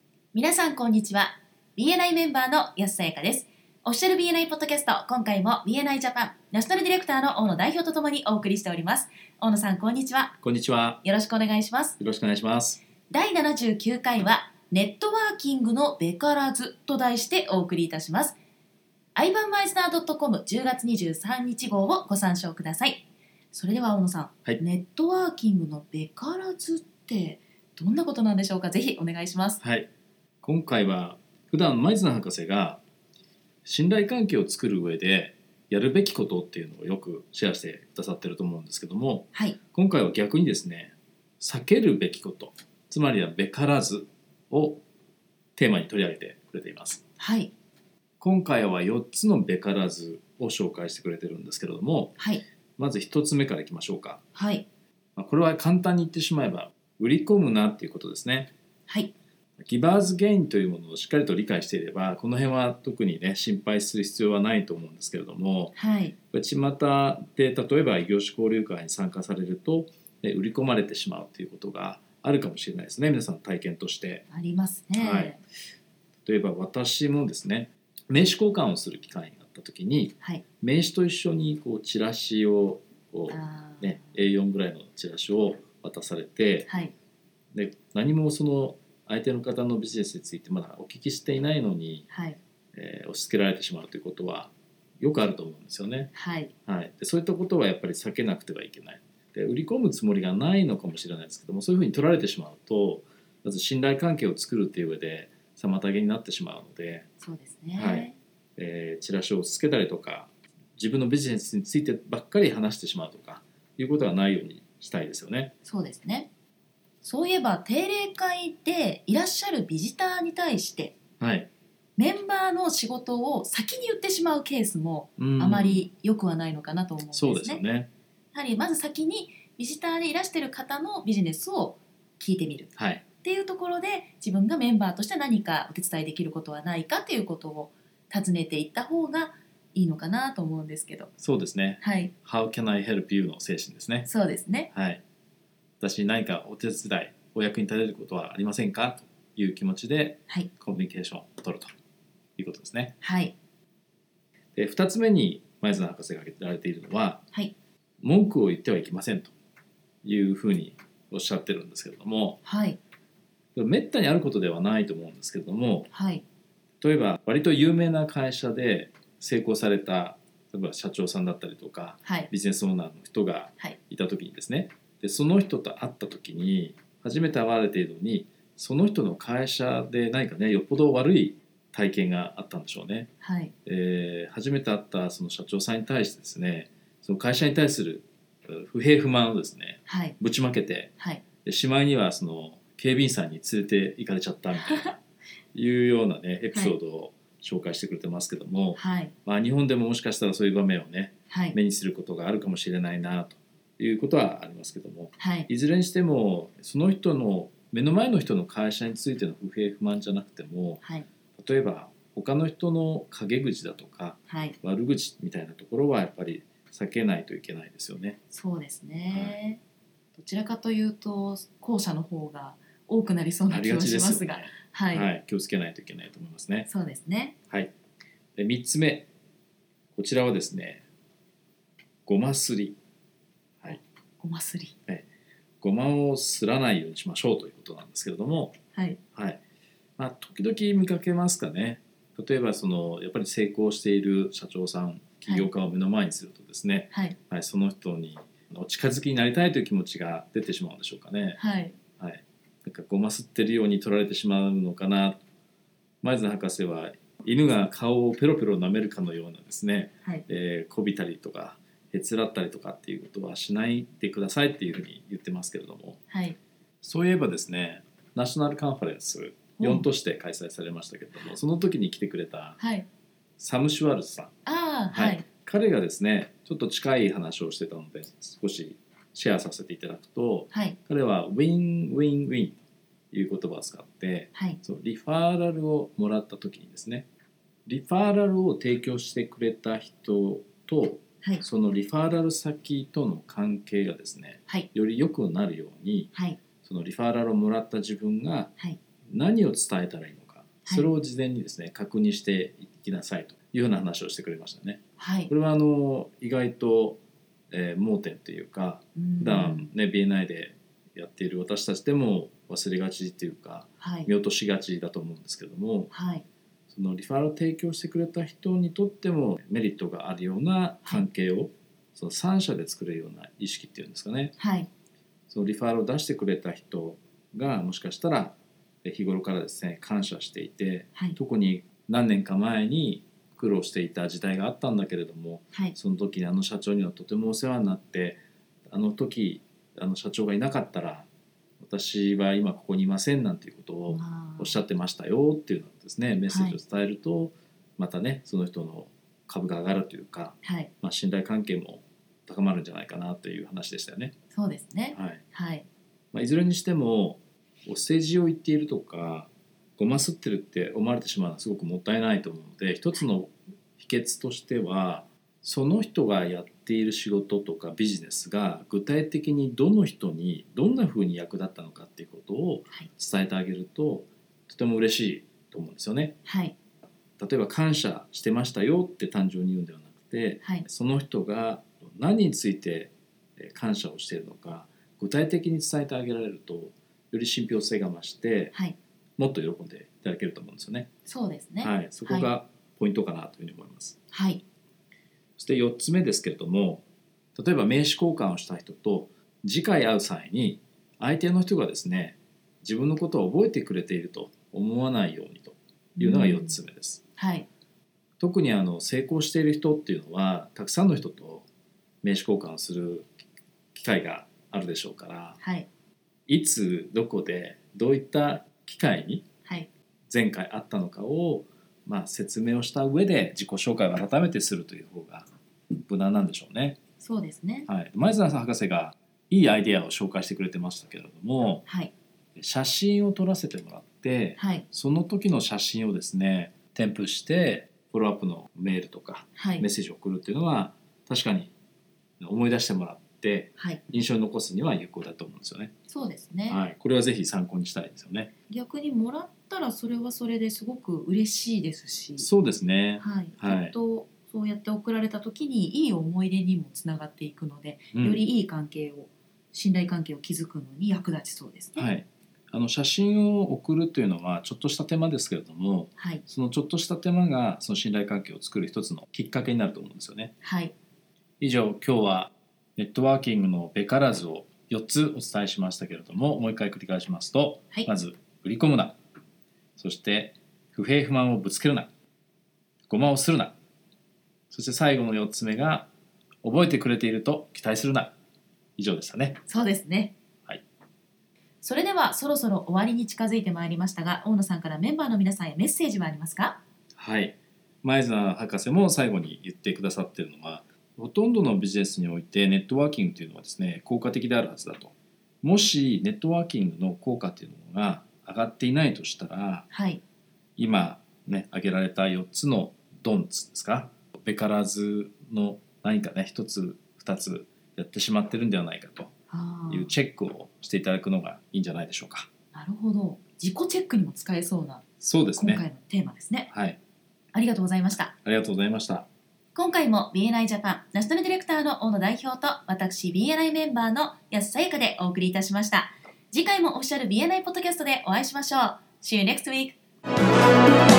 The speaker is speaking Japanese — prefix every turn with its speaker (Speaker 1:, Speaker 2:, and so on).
Speaker 1: こんにちは BNI メンバーの安さやかですオフィシャル BNI ポッドキャスト今回も BNI ジャパンナショナルディレクターの大野代表とともにお送りしております大野さんこんにちは
Speaker 2: こんにちは。
Speaker 1: よろしくお願いします
Speaker 2: よろしくお願いします。
Speaker 1: 第79回は「ネットワーキングのべからず」と題してお送りいたします。アイバンマイスナー .com10 月23日号をご参照ください。それでは大野さん、
Speaker 2: はい
Speaker 1: ネットワーキングのべからずってどんなことなんでしょうかぜひお願いします。
Speaker 2: はい。今回は普段マイズナ博士が信頼関係を作る上でやるべきことっていうのをよくシェアしてくださってると思うんですけども、
Speaker 1: はい、
Speaker 2: 今回は逆にですね、避けるべきこと、つまりはべからずをテーマに取り上げてくれています。
Speaker 1: はい、
Speaker 2: 今回は4つのべからずを紹介してくれてるんですけれども、
Speaker 1: はい、
Speaker 2: まず1つ目からいきましょうか。
Speaker 1: はい、
Speaker 2: まあこれは簡単に言ってしまえば売り込むなっていうことですね。
Speaker 1: はい、
Speaker 2: ギバーズゲインというものをしっかりと理解していればこの辺は特にね心配する必要はないと思うんですけれども
Speaker 1: はい、
Speaker 2: 巷で例えば異業種交流会に参加されるとえ売り込まれてしまうということがあるかもしれないですね皆さんの体験として
Speaker 1: ありますね。
Speaker 2: はい例えば私もですね名刺交換をする機会があった時に
Speaker 1: はい、
Speaker 2: 名刺と一緒にこうチラシをこう、
Speaker 1: あー
Speaker 2: ね、A4 ぐらいのチラシを渡されて
Speaker 1: はい、
Speaker 2: で何もその相手の方のビジネスについてまだお聞きしていないのに
Speaker 1: はい、
Speaker 2: えー押し付けられてしまうということはよくあると思うんですよね。
Speaker 1: はい、
Speaker 2: はい、でそういったことはやっぱり避けなくてはいけない。で売り込むつもりがないのかもしれないですけどもそういうふうに取られてしまうとまず信頼関係を作るっていう上で妨げになってしまうので、
Speaker 1: そうですね。
Speaker 2: はいえーチラシを押し付けたりとか自分のビジネスについてばっかり話してしまうとかいうことがないようにしたいですよね。
Speaker 1: そうですね。そういえば定例会でいらっしゃるビジターに対して
Speaker 2: はい、
Speaker 1: メンバーの仕事を先に言ってしまうケースも
Speaker 2: うん
Speaker 1: あまり良くはないのかなと思うんですね。
Speaker 2: そうですよね。
Speaker 1: やはりまず先にビジターでいらしてる方のビジネスを聞いてみるっ
Speaker 2: はい、
Speaker 1: ていうところで自分がメンバーとして何かお手伝いできることはないかということを尋ねていった方がいいのかなと思うんですけど。
Speaker 2: そうですね。
Speaker 1: はい、
Speaker 2: How can I help you の精神ですね。
Speaker 1: そうですね。
Speaker 2: はい、私に何かお手伝いお役に立てることはありませんかという気持ちで
Speaker 1: はい、
Speaker 2: コミュニケーションを取るということですね。
Speaker 1: はい、
Speaker 2: で2つ目に前園博士が挙げられているのは、
Speaker 1: はい
Speaker 2: 文句を言ってはいけませんというふうにおっしゃってるんですけれども
Speaker 1: はい、
Speaker 2: めったにあることではないと思うんですけれども
Speaker 1: はい、
Speaker 2: 例えば割と有名な会社で成功された例えば社長さんだったりとか
Speaker 1: はい、
Speaker 2: ビジネスオーナーの人が
Speaker 1: はい
Speaker 2: いた時にですね、でその人と会った時に初めて会われているのにその人の会社で何かねよっぽど悪い体験があったんでしょうね、
Speaker 1: はい、
Speaker 2: えー初めて会ったその社長さんに対してですねその会社に対するえー不平不満をですね
Speaker 1: はい、
Speaker 2: ぶちまけて
Speaker 1: はい、
Speaker 2: でしまいにはその警備員さんに連れて行かれちゃったみたい ないうようなねエピソードを紹介してくれてますけども、
Speaker 1: はい、
Speaker 2: まあ、日本でももしかしたらそういう場面をね
Speaker 1: はい、
Speaker 2: 目にすることがあるかもしれないなということはありますけども
Speaker 1: はい、
Speaker 2: いずれにしてもその人の目の前の人の会社についての不平不満じゃなくても
Speaker 1: はい、
Speaker 2: 例えば他の人の陰口だとか
Speaker 1: はい、
Speaker 2: 悪口みたいなところはやっぱり避けないといけないですよね。
Speaker 1: そうですね。どちらかというと後者の方が多くなりそうな
Speaker 2: あ
Speaker 1: 気
Speaker 2: り
Speaker 1: は
Speaker 2: が
Speaker 1: し
Speaker 2: ち
Speaker 1: ま
Speaker 2: です
Speaker 1: す
Speaker 2: よ
Speaker 1: が、
Speaker 2: ね。
Speaker 1: は、
Speaker 2: はいい、気をつけないといけないと思いますね。
Speaker 1: そうですね。
Speaker 2: はい。で三つ目こちらはですね、ごますり
Speaker 1: ごますり、
Speaker 2: ごまをすらないようにしましょうということなんですけれども。
Speaker 1: はい、
Speaker 2: はいまあ、時々見かけますかね例えばそのやっぱり成功している社長さん起業家を目の前にするとですね、
Speaker 1: はい、
Speaker 2: はいその人にお近づきになりたいという気持ちが出てしまうんでしょうかね、
Speaker 1: はい、
Speaker 2: はい、なんかごますってるように取られてしまうのかな前津博士は犬が顔をペロペロ舐めるかのようなですね、
Speaker 1: はい、
Speaker 2: えー、こびたりとかへつらったりとかっていうことはしないでくださいっていうふうに言ってますけれども
Speaker 1: はい、
Speaker 2: そういえばですねナショナルカンファレンス4都市で開催されましたけれども、その時に来てくれた
Speaker 1: はい、
Speaker 2: サム・シュワルツさん
Speaker 1: ああ、はい、
Speaker 2: 彼がですねちょっと近い話をしてたので少しシェアさせていただくと
Speaker 1: はい、
Speaker 2: 彼はウィンウィンウィンという言葉を使って
Speaker 1: はい、
Speaker 2: そのリファーラルをもらった時にですねリファーラルを提供してくれた人と
Speaker 1: はい、
Speaker 2: そのリファーラル先との関係がですね
Speaker 1: はい、
Speaker 2: より良くなるように
Speaker 1: はい、
Speaker 2: そのリファーラルをもらった自分が
Speaker 1: はい
Speaker 2: 何を伝えたらいいのか
Speaker 1: はい
Speaker 2: それを事前にですね確認していきなさいというような話をしてくれましたね。
Speaker 1: はい
Speaker 2: こ。れはあの意外と、えー盲点というか
Speaker 1: うん
Speaker 2: 普段ね BNI でやっている私たちでも忘れがちっていうか
Speaker 1: はい
Speaker 2: 見。落としがちだと思うんですけども
Speaker 1: はい。
Speaker 2: そのリファラルを提供してくれた人にとってもメリットがあるような関係をその3社で作れるような意識っていうんですかね
Speaker 1: はい。
Speaker 2: そのリファールを出してくれた人がもしかしたらえ日頃からですね感謝していて
Speaker 1: はい。
Speaker 2: 特に何年か前に苦労していた時代があったんだけれども
Speaker 1: はい。
Speaker 2: その時にあの社長にはとてもお世話になってあの時あの社長がいなかったら私は今ここにいませんなんていうことをおっし
Speaker 1: ゃ
Speaker 2: ゃってましたよっていうのをですねメッセージを伝えると、またねその人の株が上がるというか、
Speaker 1: はい。
Speaker 2: まあ、信頼関係も高まるんじゃないかなという話でしたよね。
Speaker 1: そうですね。
Speaker 2: はい
Speaker 1: はい。
Speaker 2: まあ、いずれにしてもお世辞を言っているとかごますってるって思われてしまうのはすごくもったいないと思うので一つの秘訣としてはその人がやっている仕事とかビジネスが具体的にどの人にどんなふうに役立ったのかっていうことを
Speaker 1: はい。
Speaker 2: 伝えてあげるととても嬉しいと思うんですよね。
Speaker 1: はい。
Speaker 2: 例えば感謝してましたよって単純に言うんではなくて
Speaker 1: はい。
Speaker 2: その人が何についてえー感謝をしているのか具体的に伝えてあげられるとより信憑性が増して
Speaker 1: はい。
Speaker 2: もっと喜んでいただけると思うんですよね。
Speaker 1: そうですね。
Speaker 2: はい、そこがポイントかなというふうに思います。
Speaker 1: はい。
Speaker 2: そして4つ目ですけれども例えば名刺交換をした人と次回会う際に相手の人がですね自分のことを覚えてくれていると思わないようにというのが4つ目です。
Speaker 1: はい。
Speaker 2: 特にあの成功している人っていうのはたくさんの人と名刺交換をする機会があるでしょうから
Speaker 1: はい。
Speaker 2: いつどこでどういった機会に
Speaker 1: はい。
Speaker 2: 前回あったのかを、まあ、説明をした上で自己紹介を改めてするという方が無難なんでしょうね。
Speaker 1: そうですね。
Speaker 2: はい、前澤博士がいいアイデアを紹介してくれてましたけれども
Speaker 1: はい。
Speaker 2: 写真を撮らせてもらって
Speaker 1: はい。
Speaker 2: その時の写真をですね添付してフォローアップのメールとか
Speaker 1: はい
Speaker 2: メッ。セージを送るっていうのは確かに思い出してもらって
Speaker 1: はい。
Speaker 2: 印象に残すには有効だと思うんですよね。
Speaker 1: そうですね。
Speaker 2: はい、これはぜひ参考にしたいですよね。
Speaker 1: 逆にもらったらそれはそれですごく嬉しいですし、
Speaker 2: そうですね。
Speaker 1: はい、
Speaker 2: はい
Speaker 1: きっとそうやって送られた時にいい思い出にもつながっていくので、
Speaker 2: うん
Speaker 1: よりいい関係を信頼関係を築くのに役立ちそうですね。
Speaker 2: は、い。あの写真を送るというのはちょっとした手間ですけれども、
Speaker 1: はい、
Speaker 2: そのちょっとした手間がその信頼関係を作る一つのきっかけになると思うんですよね。
Speaker 1: はい、
Speaker 2: 以上今日はネットワーキングのベからずを4つお伝えしましたけれどももう一回繰り返しますと、
Speaker 1: はい
Speaker 2: まず売り込むなそして不平不満をぶつけるなごまをするなそして最後の4つ目が覚えてくれていると期待するな以上でしたね
Speaker 1: そうですね。
Speaker 2: はい。
Speaker 1: それではそろそろ終わりに近づいてまいりましたが、大野さんからメンバーの皆さんへメッセージはありますか？
Speaker 2: はい前澤博士も最後に言ってくださっているのはほとんどのビジネスにおいてネットワーキングというのはですね効果的であるはずだともしネットワーキングの効果というのが上がっていないとしたら
Speaker 1: はい、
Speaker 2: 今ね挙げられた4つのドンツですかベからずの何かね1つ2つやってしまってるんではないかと
Speaker 1: あ
Speaker 2: いう
Speaker 1: ー
Speaker 2: チェックをしていただくのがいいんじゃないでしょうか
Speaker 1: なるほど。自己チェックにも使えそうな
Speaker 2: そうです
Speaker 1: 今
Speaker 2: ね
Speaker 1: 回のテーマですね。
Speaker 2: はい
Speaker 1: ありがとうございました。
Speaker 2: ありがとうございました
Speaker 1: 今回も BNI ジャパンナショナルディレクターの大野代表と私 BNI メンバーの安さゆかでお送りいたしました次回もオフィシャル BNI ポッドキャストでお会いしましょう See you next week!